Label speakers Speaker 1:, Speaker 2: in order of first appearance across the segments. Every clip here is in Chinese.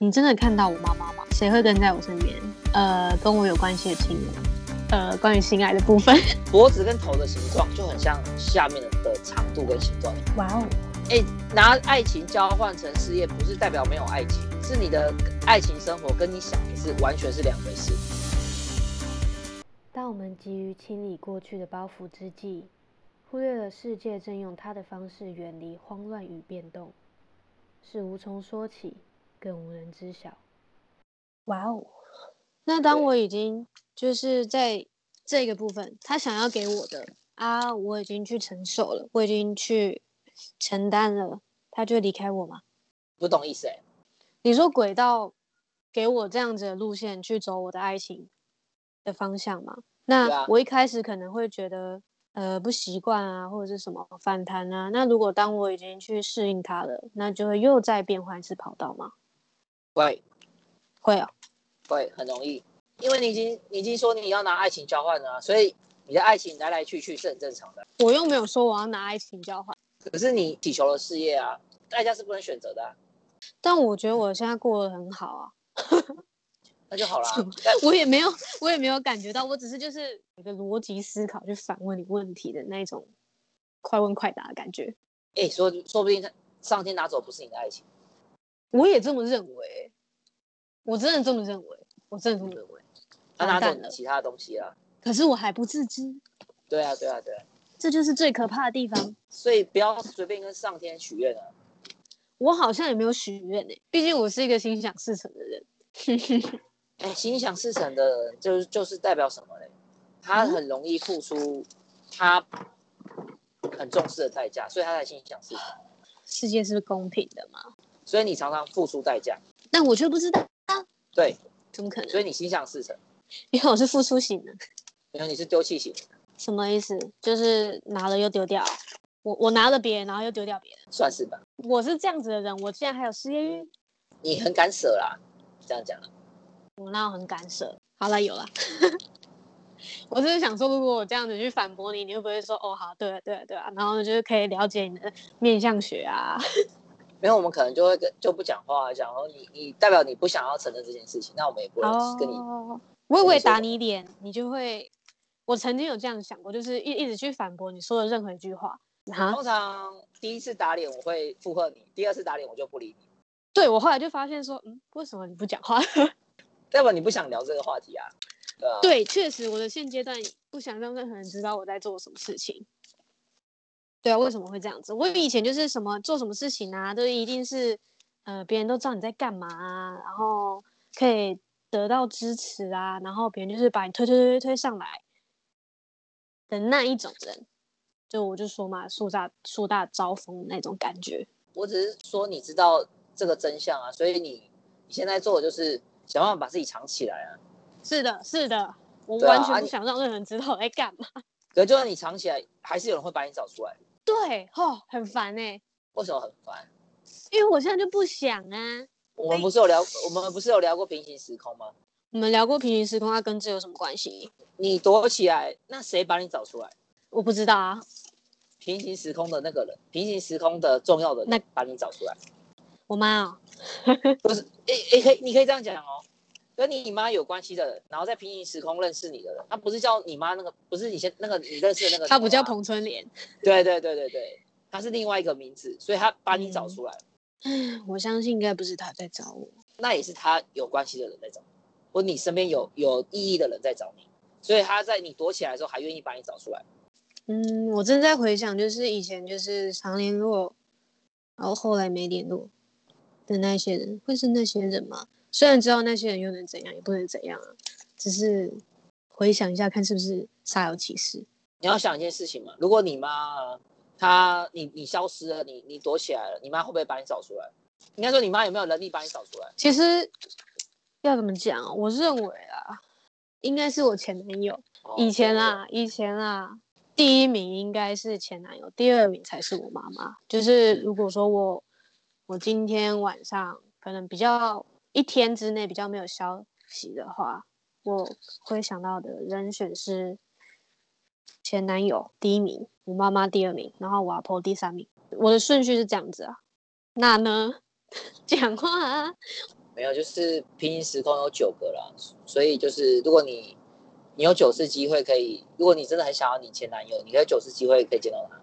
Speaker 1: 你真的看到我妈妈吗？谁会跟在我身边？呃，跟我有关系的亲人。呃，关于性爱的部分。
Speaker 2: 脖子跟头的形状就很像下面的长度跟形状。
Speaker 1: 哇哦，
Speaker 2: 哎、拿爱情交换成事业，不是代表没有爱情，是你的爱情生活跟你想的是完全是两回事。
Speaker 3: 当我们急于清理过去的包袱之际，忽略了世界正用它的方式远离慌乱与变动，是无从说起，更无人知晓。
Speaker 1: 哇哦！那当我已经就是在这个部分，他想要给我的啊，我已经去承受了，我已经去承担了，他就离开我吗？
Speaker 2: 不懂意思哎、
Speaker 1: 你说轨道给我这样子的路线去走我的爱情的方向吗？
Speaker 2: 对啊
Speaker 1: 那我一开始可能会觉得呃不习惯啊，或者是什么反弹啊。那如果当我已经去适应它了，那就会又再变换一次跑道吗？
Speaker 2: 会
Speaker 1: 会啊，
Speaker 2: 会很容易，因为你已经你已经说你要拿爱情交换了啊、所以你的爱情来来去去是很正常的。啊
Speaker 1: 我又没有说我要拿爱情交换，
Speaker 2: 可是你祈求了事业啊，代价是不能选择的、啊，
Speaker 1: 但我觉得我现在过得很好啊，
Speaker 2: 那就好啦
Speaker 1: 什么。
Speaker 2: 但
Speaker 1: 我也没有我也没有感觉到，我只是就是有一个逻辑思考去反问你问题的那种快问快答的感觉。
Speaker 2: 哎、说说不定他上天拿走不是你的爱情，
Speaker 1: 我也这么认为，我真的这么认为，我真的这么认为。
Speaker 2: 他拿走
Speaker 1: 完蛋
Speaker 2: 你
Speaker 1: 了
Speaker 2: 其他的东西啊。
Speaker 1: 可是我还不自知，
Speaker 2: 对啊，对啊，对啊。
Speaker 1: 这就是最可怕的地方。
Speaker 2: 所以不要随便跟上天许愿啊。
Speaker 1: 我好像也没有许愿诶，毕竟我是一个心想事成的人。
Speaker 2: 哎，心想事成的人，就是就是代表什么嘞？他很容易付出他很重视的代价，所以他才心想事成。
Speaker 1: 世界是公平的嘛？
Speaker 2: 所以你常常付出代价，
Speaker 1: 但我却不知道，
Speaker 2: 对，
Speaker 1: 怎么可
Speaker 2: 所
Speaker 1: 能？
Speaker 2: 以你心想事成，
Speaker 1: 因为我是付出型的。
Speaker 2: 因为你是丢弃型，
Speaker 1: 什么意思？就是拿了又丢掉。啊我我拿了别人，然后又丢掉别人。
Speaker 2: 算是吧。
Speaker 1: 我是这样子的人，我竟然还有失业欲，
Speaker 2: 你很敢舍啦，这样讲啊
Speaker 1: 我那我很干涉。好了，有了。 我只是想说，如果我这样子去反驳你，你会不会说哦，好，对啊，对啊，对啊，然后就是可以了解你的面相学啊，
Speaker 2: 没有我们可能就会跟就不讲话，啊讲说你你代表你不想要承认这件事情，那我们也不会跟你。
Speaker 1: 哦，我以为打你脸，你就会。我曾经有这样想过，就是一一直去反驳你说的任何一句话。啊，
Speaker 2: 通常第一次打脸我会附和你，第二次打脸我就不理你，
Speaker 1: 对我后来就发现说，嗯，为什么你不讲话？
Speaker 2: 代表你不想聊这个话题啊。对啊，
Speaker 1: 对，确实，我的现阶段不想让任何人知道我在做什么事情。对啊，为什么会这样子？我以前就是什么做什么事情啊，都一定是，呃，别人都知道你在干嘛啊，然后可以得到支持啊，然后别人就是把你推推推推推上来的那一种人，就我就说嘛，树大树大招风那种感觉。
Speaker 2: 我只是说你知道这个真相啊，所以你你现在做的就是想办法把自己藏起来啊。
Speaker 1: 是的，是的，我
Speaker 2: 对啊
Speaker 1: 完
Speaker 2: 啊
Speaker 1: 全不
Speaker 2: 你
Speaker 1: 想让任何人知道我在干嘛。
Speaker 2: 可就算你藏起来，还是有人会把你找出来，
Speaker 1: 对，哦，很烦哎、
Speaker 2: 为什么很烦？
Speaker 1: 因为我现在就不想啊。
Speaker 2: 我们不是有聊，我们不是有聊过平行时空吗？
Speaker 1: 我们聊过平行时空，它跟这有什么关系？
Speaker 2: 你躲起来，那谁把你找出来？
Speaker 1: 我不知道啊。
Speaker 2: 平行时空的那个人，平行时空的重要的
Speaker 1: 那
Speaker 2: 人把你找出来，
Speaker 1: 我妈哦，
Speaker 2: 不是？诶诶，可以，你可以这样讲哦，跟你妈有关系的人，然后在平行时空认识你的人，他不是叫你妈那个，不是你先那个你认识的啊那个，
Speaker 1: 她不叫，彭春莲。
Speaker 2: 对对对对对，他是另外一个名字，所以他把你
Speaker 1: 嗯
Speaker 2: 找出来。
Speaker 1: 我相信应该不是她在找我。
Speaker 2: 那也是他有关系的人在找你，或你身边有有意义的人在找你，所以他在你躲起来的时候还愿意把你找出来。
Speaker 1: 嗯，我正在回想，就是以前就是常联络，然后后来没联络的那些人，会是那些人吗？虽然知道那些人又能怎样，也不能怎样啊，只是回想一下，看是不是煞有其事。
Speaker 2: 你要想一件事情嘛，如果你妈啊她你你消失了，你你躲起来了，你妈会不会把你找出来？应该说你妈有没有能力把你找出来？
Speaker 1: 其实要怎么讲啊，我认为啊，应该是我前男友。
Speaker 2: 哦
Speaker 1: 以前，啊，以前啊，第一名应该是前男友，第二名才是我妈妈。就是如果说我我今天晚上可能比较一天之内比较没有消息的话，我会想到的人选是前男友第一名，我妈妈第二名，然后我阿婆第 三名。我的顺序是这样子啊。那呢？讲话啊！
Speaker 2: 哦没有，就是平行时空有九个啦，所以就是如果你你有九次机会可以，如果你真的很想要你前男友，你可以有九次机会可以见到他。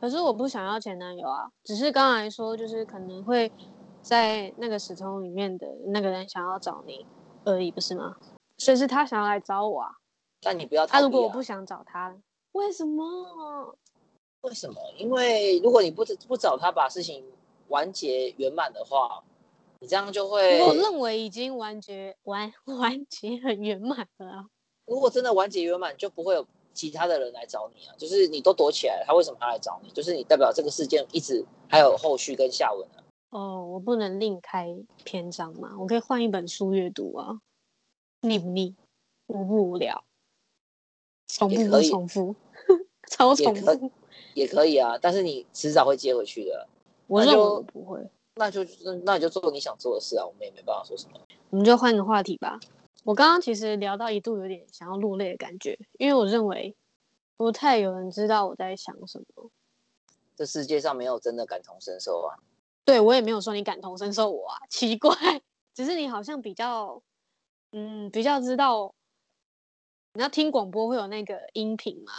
Speaker 1: 可是我不想要前男友啊，只是刚才说就是可能会在那个时空里面的那个人想要找你而已，不是吗？所以是他想要来找我啊。
Speaker 2: 但你不要
Speaker 1: 啊，
Speaker 2: 逃避、啊。
Speaker 1: 如果我不想找他，为什么？
Speaker 2: 为什么？因为如果你不不找他把事情完结圆满的话，你这样就会。
Speaker 1: 我认为已经完结完 完结很圆满了啊。
Speaker 2: 如果真的完结圆满，就不会有其他的人来找你啊。就是你都躲起来了，他为什么他来找你？就是你代表这个事件一直还有后续跟下文啊。
Speaker 1: 哦，我不能另开篇章嘛，我可以换一本书阅读啊。腻不腻？无不无聊？重复
Speaker 2: 也可
Speaker 1: 不
Speaker 2: 以
Speaker 1: 重复？ 超
Speaker 2: 也
Speaker 1: 重
Speaker 2: 可
Speaker 1: 复。
Speaker 2: 也可以啊，但是你迟早会接回去的。
Speaker 1: 我
Speaker 2: 那
Speaker 1: 认为
Speaker 2: 就
Speaker 1: 我不会。
Speaker 2: 那就那你就做你想做的事啊，我们也没办法说什么。
Speaker 1: 我们就换个话题吧。我刚刚其实聊到一度有点想要落泪的感觉，因为我认为不太有人知道我在想什么。
Speaker 2: 这世界上没有真的感同身受啊。
Speaker 1: 对我也没有说你感同身受我啊，奇怪，只是你好像比较，嗯，比较知道。你要听广播会有那个音频嘛，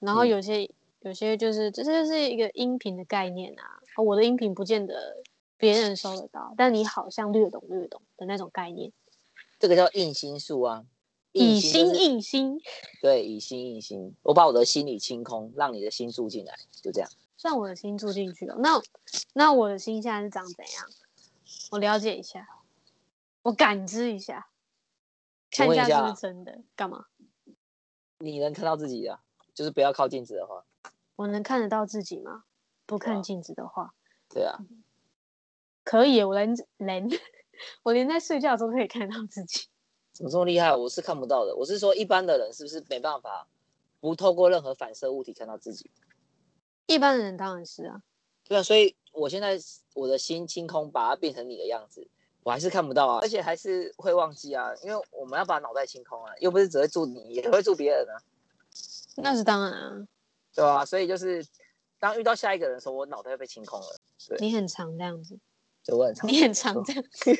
Speaker 1: 然后
Speaker 2: 嗯
Speaker 1: 有些、有些就是这就是一个音频的概念啊。我的音频不见得别人收得到，但你好像略懂略懂的那种概念，
Speaker 2: 这个叫印心术啊，
Speaker 1: 以
Speaker 2: 心
Speaker 1: 心
Speaker 2: 就是
Speaker 1: 印心。
Speaker 2: 对，以心印心，我把我的心理清空，让你的心住进来，就这样。
Speaker 1: 算我的心住进去了。那那我的心现在是长怎样？我了解一下，我感知一下，
Speaker 2: 请
Speaker 1: 看
Speaker 2: 问一
Speaker 1: 是不
Speaker 2: 下
Speaker 1: 是，真的。干嘛？
Speaker 2: 你能看到自己的啊，就是不要靠镜子的话，
Speaker 1: 我能看得到自己吗？不
Speaker 2: 对啊
Speaker 1: 看镜子的话，
Speaker 2: 对啊，
Speaker 1: 可以耶。我连连 我连在睡觉的时候都可以看到自己。
Speaker 2: 怎么这么厉害？我是看不到的。我是说，一般的人是不是没办法不透过任何反射物体看到自己？
Speaker 1: 一般人当然是啊，
Speaker 2: 对啊，所以我现在我的心清空，把它变成你的样子，我还是看不到啊，而且还是会忘记啊，因为我们要把脑袋清空啊，又不是只会住你，也会住别人啊，
Speaker 1: 那是当然啊。
Speaker 2: 对吧、所以就是当遇到下一个人的时候，我脑袋会被清空了，对
Speaker 1: 你很常这样子，
Speaker 2: 就我很常，
Speaker 1: 你很常这样 子。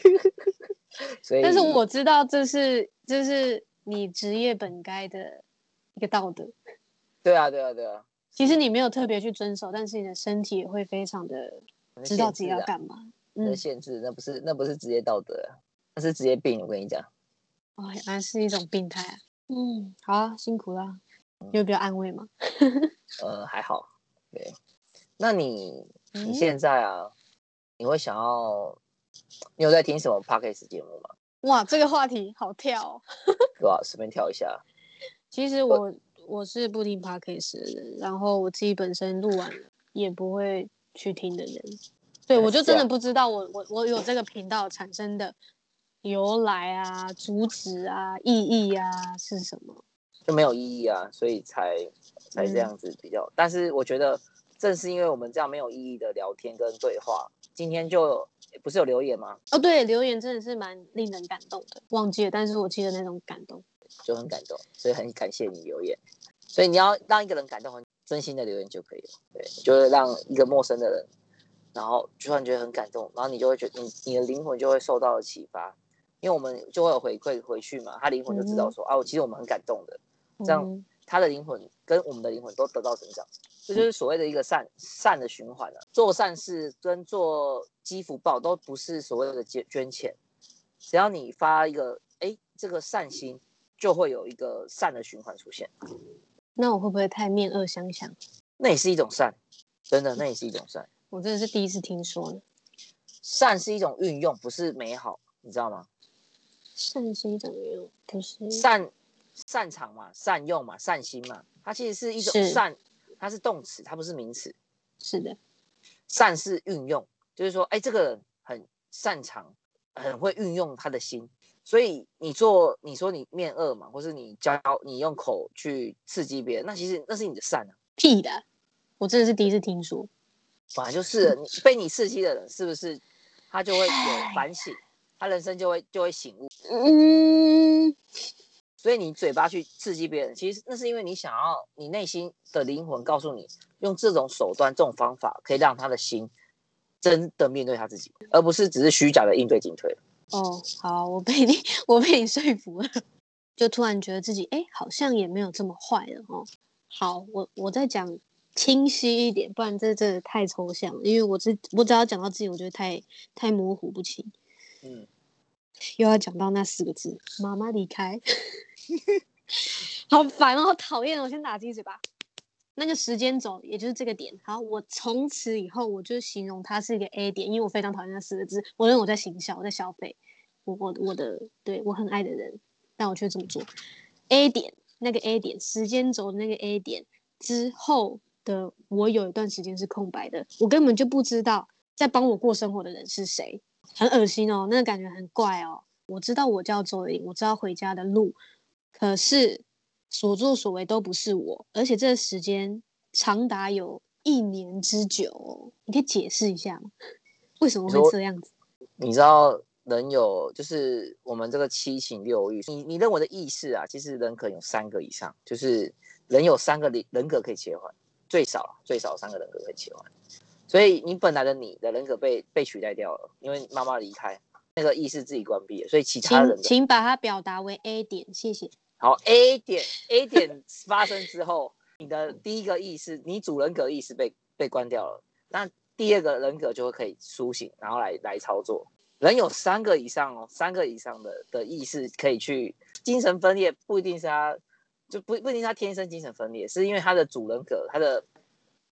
Speaker 2: 所以
Speaker 1: 但是我知道这是这是你职业本该的一个道德。
Speaker 2: 对啊，对啊，对啊，
Speaker 1: 其实你没有特别去遵守，但是你的身体也会非常的
Speaker 2: 很
Speaker 1: 知道
Speaker 2: 限
Speaker 1: 自己
Speaker 2: 制
Speaker 1: 要
Speaker 2: 啊
Speaker 1: 干嘛。
Speaker 2: 那
Speaker 1: 嗯，
Speaker 2: 限制，那不是那不是职业道德啊，那是职业病。我跟你讲，
Speaker 1: 哦，原来是一种病态啊。嗯，好啊，辛苦啦，
Speaker 2: 嗯
Speaker 1: 有比较安慰吗？
Speaker 2: 呃，还好。对，那你
Speaker 1: 嗯
Speaker 2: 你现在啊，你会想要，你有在听什么 podcast 节目吗？
Speaker 1: 哇，这个话题好跳、哦。
Speaker 2: 对吧、随便挑一下。
Speaker 1: 其实我我是不听 podcast 的人，然后我自己本身录完了也不会去听的人，
Speaker 2: 哎
Speaker 1: 对我就真
Speaker 2: 啊
Speaker 1: 的不知道我我我有这个频道产生的由来啊、主旨啊、意义啊是什么。
Speaker 2: 就没有意义啊，所以才才
Speaker 1: 嗯
Speaker 2: 这样子比较。但是我觉得，正是因为我们这样没有意义的聊天跟对话，今天就不是有留言吗？
Speaker 1: 哦，对，留言真的是蛮令人感动的，忘记了，但是我记得那种感动。
Speaker 2: 就很感动，所以很感谢你留言。所以你要让一个人感动，很真心的留言就可以了。对，就是让一个陌生的人，然后就算觉得很感动，然后你就会觉得你你的灵魂就会受到了启发，因为我们就会有回馈回去嘛，他灵魂就知道说、啊，其实我们很感动的，这样
Speaker 1: 嗯
Speaker 2: 他的灵魂跟我们的灵魂都得到成长，这就是所谓的一个善善的循环啊。做善事跟做积福报都不是所谓的捐捐钱，只要你发一个哎这个善心，就会有一个善的循环出现。
Speaker 1: 那我会不会太面恶相向？
Speaker 2: 那也是一种善，真的，那也是一种善。
Speaker 1: 我真的是第一次听说呢。
Speaker 2: 善是一种运用，不是美好，你知道吗？
Speaker 1: 善是一种用，不是
Speaker 2: 善擅长嘛，善用嘛，善心嘛，它其实是一种
Speaker 1: 是
Speaker 2: 善，它是动词，它不是名词。
Speaker 1: 是的，
Speaker 2: 善是运用，就是说，哎，这个人很擅长，很会运用他的心。所以你做，你说你面恶嘛，或是你教你用口去刺激别人，那其实那是你的善啊，
Speaker 1: 屁的，我真的是第一次听说。
Speaker 2: 本来就是啊你被你刺激的人，是不是他就会有反省，他人生就会就会醒悟。
Speaker 1: 嗯，
Speaker 2: 所以你嘴巴去刺激别人，其实那是因为你想要你内心的灵魂告诉你，用这种手段、这种方法可以让他的心真的面对他自己，而不是只是虚假的应对进退。
Speaker 1: 哦，好，我被你我被你说服了，就突然觉得自己哎、诶好像也没有这么坏了哦。好，我我再讲清晰一点，不然这真的太抽象了，因为我这我只要讲到自己，我觉得太太模糊不清，
Speaker 2: 嗯，
Speaker 1: 又要讲到那四个字“妈妈离开”， 好烦哦，好讨厌哦！我先打自己嘴巴。那个时间轴，也就是这个点。好，我从此以后我就形容它是一个 A 点，因为我非常讨厌那四个字，我认为我在行销，我在消费，我我我的对我很爱的人，但我却这么做。A 点那个 A 点，时间轴的那个 A 点之后的我有一段时间是空白的，我根本就不知道在帮我过生活的人是谁，很恶心哦，那个感觉很怪哦。我知道我叫周莹，我知道回家的路，可是所作所为都不是我，而且这个时间长达有一年之久哦。你可以解释一下吗？为什么会
Speaker 2: 你说
Speaker 1: 这样子？
Speaker 2: 你知道人有就是我们这个七情六欲，你你认为的意识啊，其实人可能有三个以上，就是人有三个人人格可以切换，最少啊最少三个人格可以切换。所以你本来的你的人格被被取代掉了，因为妈妈离开，那个意识自己关闭了，所以其他人
Speaker 1: 请
Speaker 2: 的
Speaker 1: 请把它表达为 A 点，谢谢。
Speaker 2: 好 A 点 A 点发生之后，你的第一个意识，你主人格意识被被关掉了，那第二个人格就会可以苏醒，然后来来操作。人有三个以上哦，三个以上的的意识可以去精神分裂，不一定是他就不不一定是他天生精神分裂，是因为他的主人格他的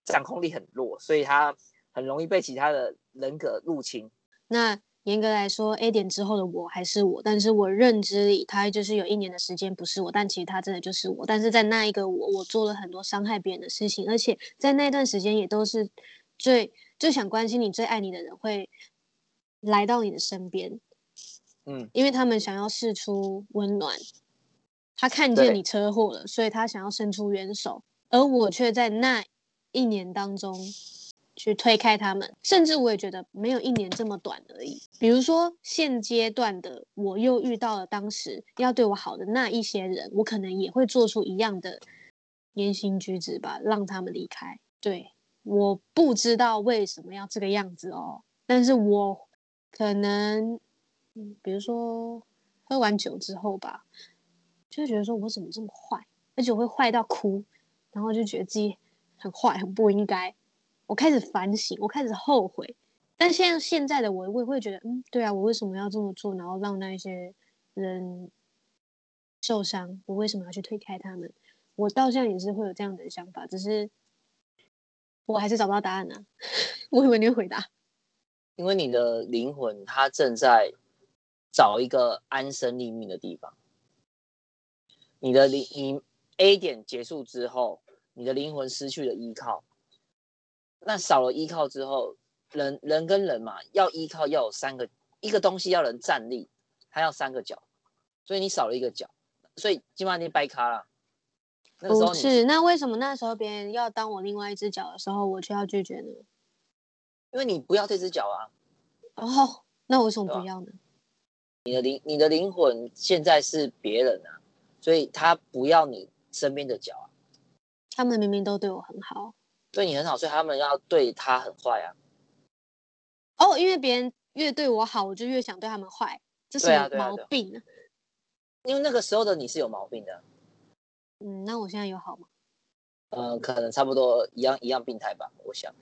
Speaker 2: 掌控力很弱，所以他很容易被其他的人格入侵。
Speaker 1: 那严格来说，A 点之后的我还是我，但是我认知里他就是有一年的时间不是我，但其实他真的就是我。但是在那一个我，我做了很多伤害别人的事情，而且在那段时间也都是最最想关心你、最爱你的人会来到你的身边，
Speaker 2: 嗯，
Speaker 1: 因为他们想要试出温暖。他看见
Speaker 2: 对
Speaker 1: 你车祸了，所以他想要伸出援手，而我却在那一年当中去推开他们，甚至我也觉得没有一年这么短而已。比如说现阶段的我又遇到了当时要对我好的那一些人，我可能也会做出一样的言行举止吧，让他们离开。对，我不知道为什么要这个样子哦，但是我可能，嗯比如说喝完酒之后吧，就会觉得说我怎么这么坏，而且我会坏到哭，然后就觉得自己很坏，很不应该。我开始反省，我开始后悔。但现在现在的我，我也会觉得，嗯，对啊，我为什么要这么做？然后让那一些人受伤，我为什么要去推开他们？我到现在也是会有这样的想法，只是我还是找不到答案呢、啊。 我以为你会回答，
Speaker 2: 因为你的灵魂它正在找一个安身立命的地方。你的灵，你 A 点结束之后，你的灵魂失去了依靠，那少了依靠之后，人人跟人嘛，要依靠要有三个，一个东西要能站立，它要三个角，所以你少了一个角，所以基本上你掰咖了。那个时候
Speaker 1: 不
Speaker 2: 你
Speaker 1: 哦是？那为什么那时候别人要当我另外一只脚的时候，我却要拒绝呢？
Speaker 2: 因为你不要这只脚啊，
Speaker 1: 哦，那我为什么
Speaker 2: 对
Speaker 1: 不
Speaker 2: 啊
Speaker 1: 要呢？
Speaker 2: 你的灵，你的灵魂现在是别人啊，所以他不要你身边的脚啊，
Speaker 1: 他们明明都对我很好，
Speaker 2: 对你很好，所以他们要对他很坏啊。
Speaker 1: 哦，因为别人越对我好，我就越想对他们坏，这是
Speaker 2: 对啊
Speaker 1: 我
Speaker 2: 对啊
Speaker 1: 毛
Speaker 2: 对啊
Speaker 1: 病、啊
Speaker 2: 因为那个时候的你是有毛病的，
Speaker 1: 嗯，那我现在有好吗？
Speaker 2: 呃，可能差不多一样一样病态吧，我想。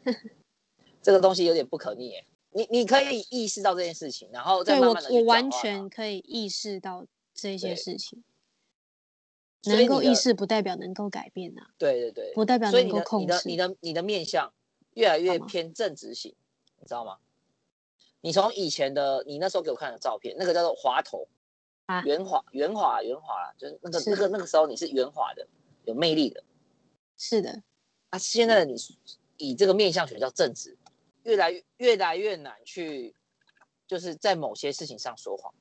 Speaker 2: 这个东西有点不可逆、欸，你你可以意识到这件事情，然后再
Speaker 1: 对
Speaker 2: 慢
Speaker 1: 我
Speaker 2: 慢的，
Speaker 1: 我完全可以意识到这些
Speaker 2: 对
Speaker 1: 事情，
Speaker 2: 所以
Speaker 1: 能
Speaker 2: 你
Speaker 1: 够
Speaker 2: 的
Speaker 1: 意识不代表能够改变啊，
Speaker 2: 对对对，
Speaker 1: 不代表
Speaker 2: 所以
Speaker 1: 能
Speaker 2: 你
Speaker 1: 够
Speaker 2: 的你
Speaker 1: 控
Speaker 2: 的
Speaker 1: 制。
Speaker 2: 你的你的面相越来越
Speaker 1: 好吗
Speaker 2: 偏正直型，你知道吗？你从以前的你那时候给我看的照片，那个叫做滑头
Speaker 1: 啊
Speaker 2: 圆滑圆滑圆滑啦，就是那个
Speaker 1: 是
Speaker 2: 那个那个时候你是圆滑的，有魅力的
Speaker 1: 是的，
Speaker 2: 啊。现在的
Speaker 1: 嗯
Speaker 2: 你以这个面相学叫正直，越来越越来越难去，就是在某些事情上说谎。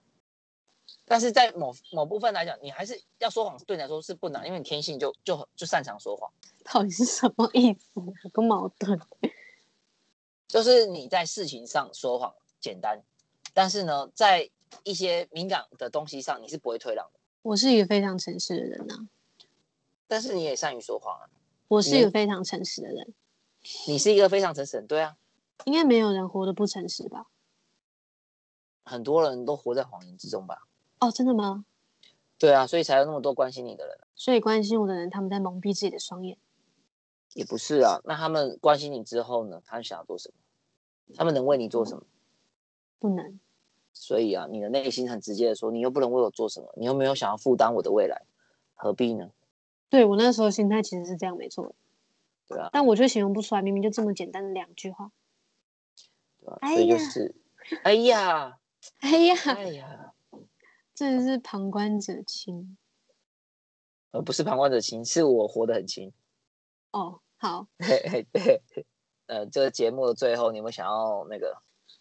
Speaker 2: 但是在某某部分来讲，你还是要说谎，对你来说是不难，因为你天性就就很就擅长说谎。
Speaker 1: 到底是什么意思啊？有个矛盾。
Speaker 2: 就是你在事情上说谎简单，但是呢，在一些敏感的东西上你是不会退让的，
Speaker 1: 我是一个非常诚实的人呐、啊，
Speaker 2: 但是你也善于说谎啊，
Speaker 1: 我是一个
Speaker 2: 你
Speaker 1: 非常诚实的人，
Speaker 2: 你是一个非常诚实的人，对啊，
Speaker 1: 应该没有人活得不诚实吧？
Speaker 2: 很多人都活在谎言之中吧？
Speaker 1: 哦，真的吗？
Speaker 2: 对啊，所以才有那么多关心你的人。啊
Speaker 1: 所以关心我的人，他们在蒙蔽自己的双眼。
Speaker 2: 也不是啊，那他们关心你之后呢？他们想要做什么？他们能为你做什么？
Speaker 1: 不能，
Speaker 2: 所以啊，你的内心很直接的说，你又不能为我做什么，你又没有想要负担我的未来，何必呢？
Speaker 1: 对我那时候心态其实是这样，没错。
Speaker 2: 对啊，
Speaker 1: 但我却形容不出来，明明就这么简单的两句话。
Speaker 2: 对啊，
Speaker 1: 哎
Speaker 2: 所以就
Speaker 1: 呀
Speaker 2: 是，哎呀，
Speaker 1: 哎呀，
Speaker 2: 哎呀，
Speaker 1: 真的是旁观者清。
Speaker 2: 呃，不是旁观者清，是我活得很清。
Speaker 1: 哦，好，
Speaker 2: 嘿嘿对，呃，这个节目的最后，你们想要那个，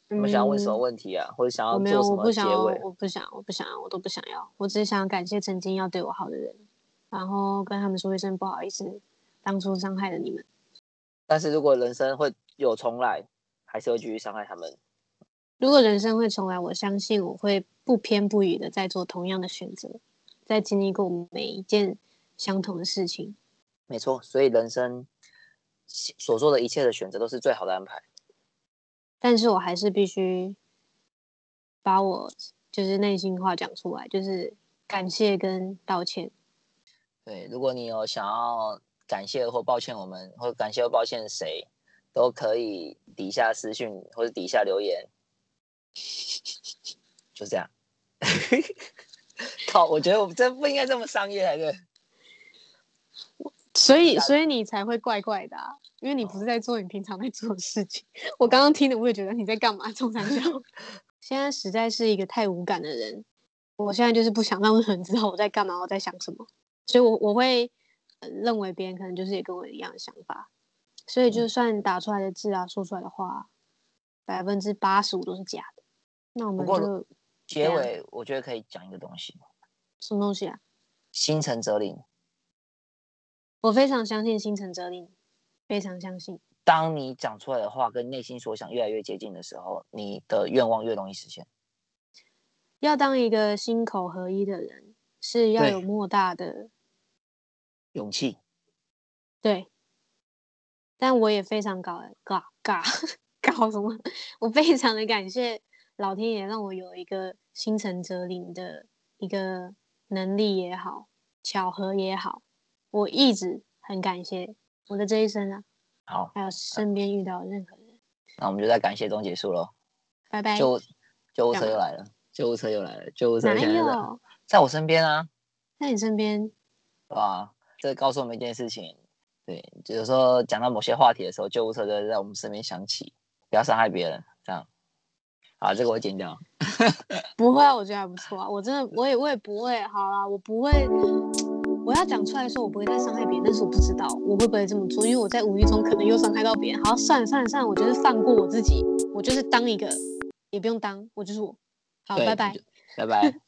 Speaker 2: 你们想要问什么
Speaker 1: 嗯
Speaker 2: 问题啊？或者想要
Speaker 1: 我没
Speaker 2: 做
Speaker 1: 有，
Speaker 2: 什
Speaker 1: 我
Speaker 2: 么
Speaker 1: 不
Speaker 2: 结
Speaker 1: 想要，
Speaker 2: 尾？
Speaker 1: 我不想，我不想，我都不想要。我只是想感谢曾经要对我好的人，然后跟他们说一声不好意思，当初伤害了你们。
Speaker 2: 但是如果人生会有重来，还是会继续伤害他们。
Speaker 1: 如果人生会重来，我相信我会不偏不倚的再做同样的选择，再经历过每一件相同的事情。
Speaker 2: 没错，所以人生所做的一切的选择都是最好的安排。
Speaker 1: 但是我还是必须把我就是内心话讲出来，就是感谢跟道歉。
Speaker 2: 对，如果你有想要感谢或抱歉我们，或感谢或抱歉谁，都可以底下私讯或者底下留言。就这样。靠，我觉得我们真不应该这么商业，对。
Speaker 1: 所以，
Speaker 2: 了
Speaker 1: 所以你才会怪怪的、啊，因为你不是在做你平常在做的事情。我刚刚听的，我也觉得你在干嘛，中山笑。现在实在是一个太无感的人，我现在就是不想让任何人知道我在干嘛，我在想什么，所以我我会、呃认为别人可能就是也跟我一样的想法，所以就算打出来的字啊，说出来的话啊，百分之八十五都是假的。那我们
Speaker 2: 过
Speaker 1: 就
Speaker 2: 结
Speaker 1: 对啊
Speaker 2: 尾我觉得可以讲一个东西，
Speaker 1: 什么东西啊？
Speaker 2: 心诚则灵。
Speaker 1: 我非常相信心诚则灵，非常相信。
Speaker 2: 当你讲出来的话跟内心所想越来越接近的时候，你的愿望越容易实现。
Speaker 1: 要当一个心口合一的人，是要
Speaker 2: 对
Speaker 1: 有莫大的
Speaker 2: 勇气，
Speaker 1: 对。但我也非常搞搞搞 搞什么？我非常的感谢老天爷让我有一个心诚则灵的一个能力也好，巧合也好，我一直很感谢我的这一生啊，
Speaker 2: 好，
Speaker 1: 还有身边遇到的任何人。
Speaker 2: 那我们就在感谢中结束喽。
Speaker 1: 拜拜。
Speaker 2: 救救护
Speaker 1: 哎干
Speaker 2: 车
Speaker 1: 嘛
Speaker 2: 又来了，救护车又来了，救护车
Speaker 1: 哪
Speaker 2: 现在在
Speaker 1: 有？
Speaker 2: 在我身边啊，
Speaker 1: 在你身边
Speaker 2: 对吧？这告诉我们一件事情，对，有时候讲到某些话题的时候，救护车就会在我们身边响起，不要伤害别人，这样。好，这个我会剪掉。
Speaker 1: 不会啊，我觉得还不错啊。我真的，我也我也不会，好啦，我不会。我要讲出来说，我不会再伤害别人，但是我不知道我会不会这么做，因为我在无意中可能又伤害到别人。好，算了算了算了，我就是放过我自己，我就是当一个，也不用当，我就是我。好，
Speaker 2: 对
Speaker 1: 拜拜。。
Speaker 2: 拜拜。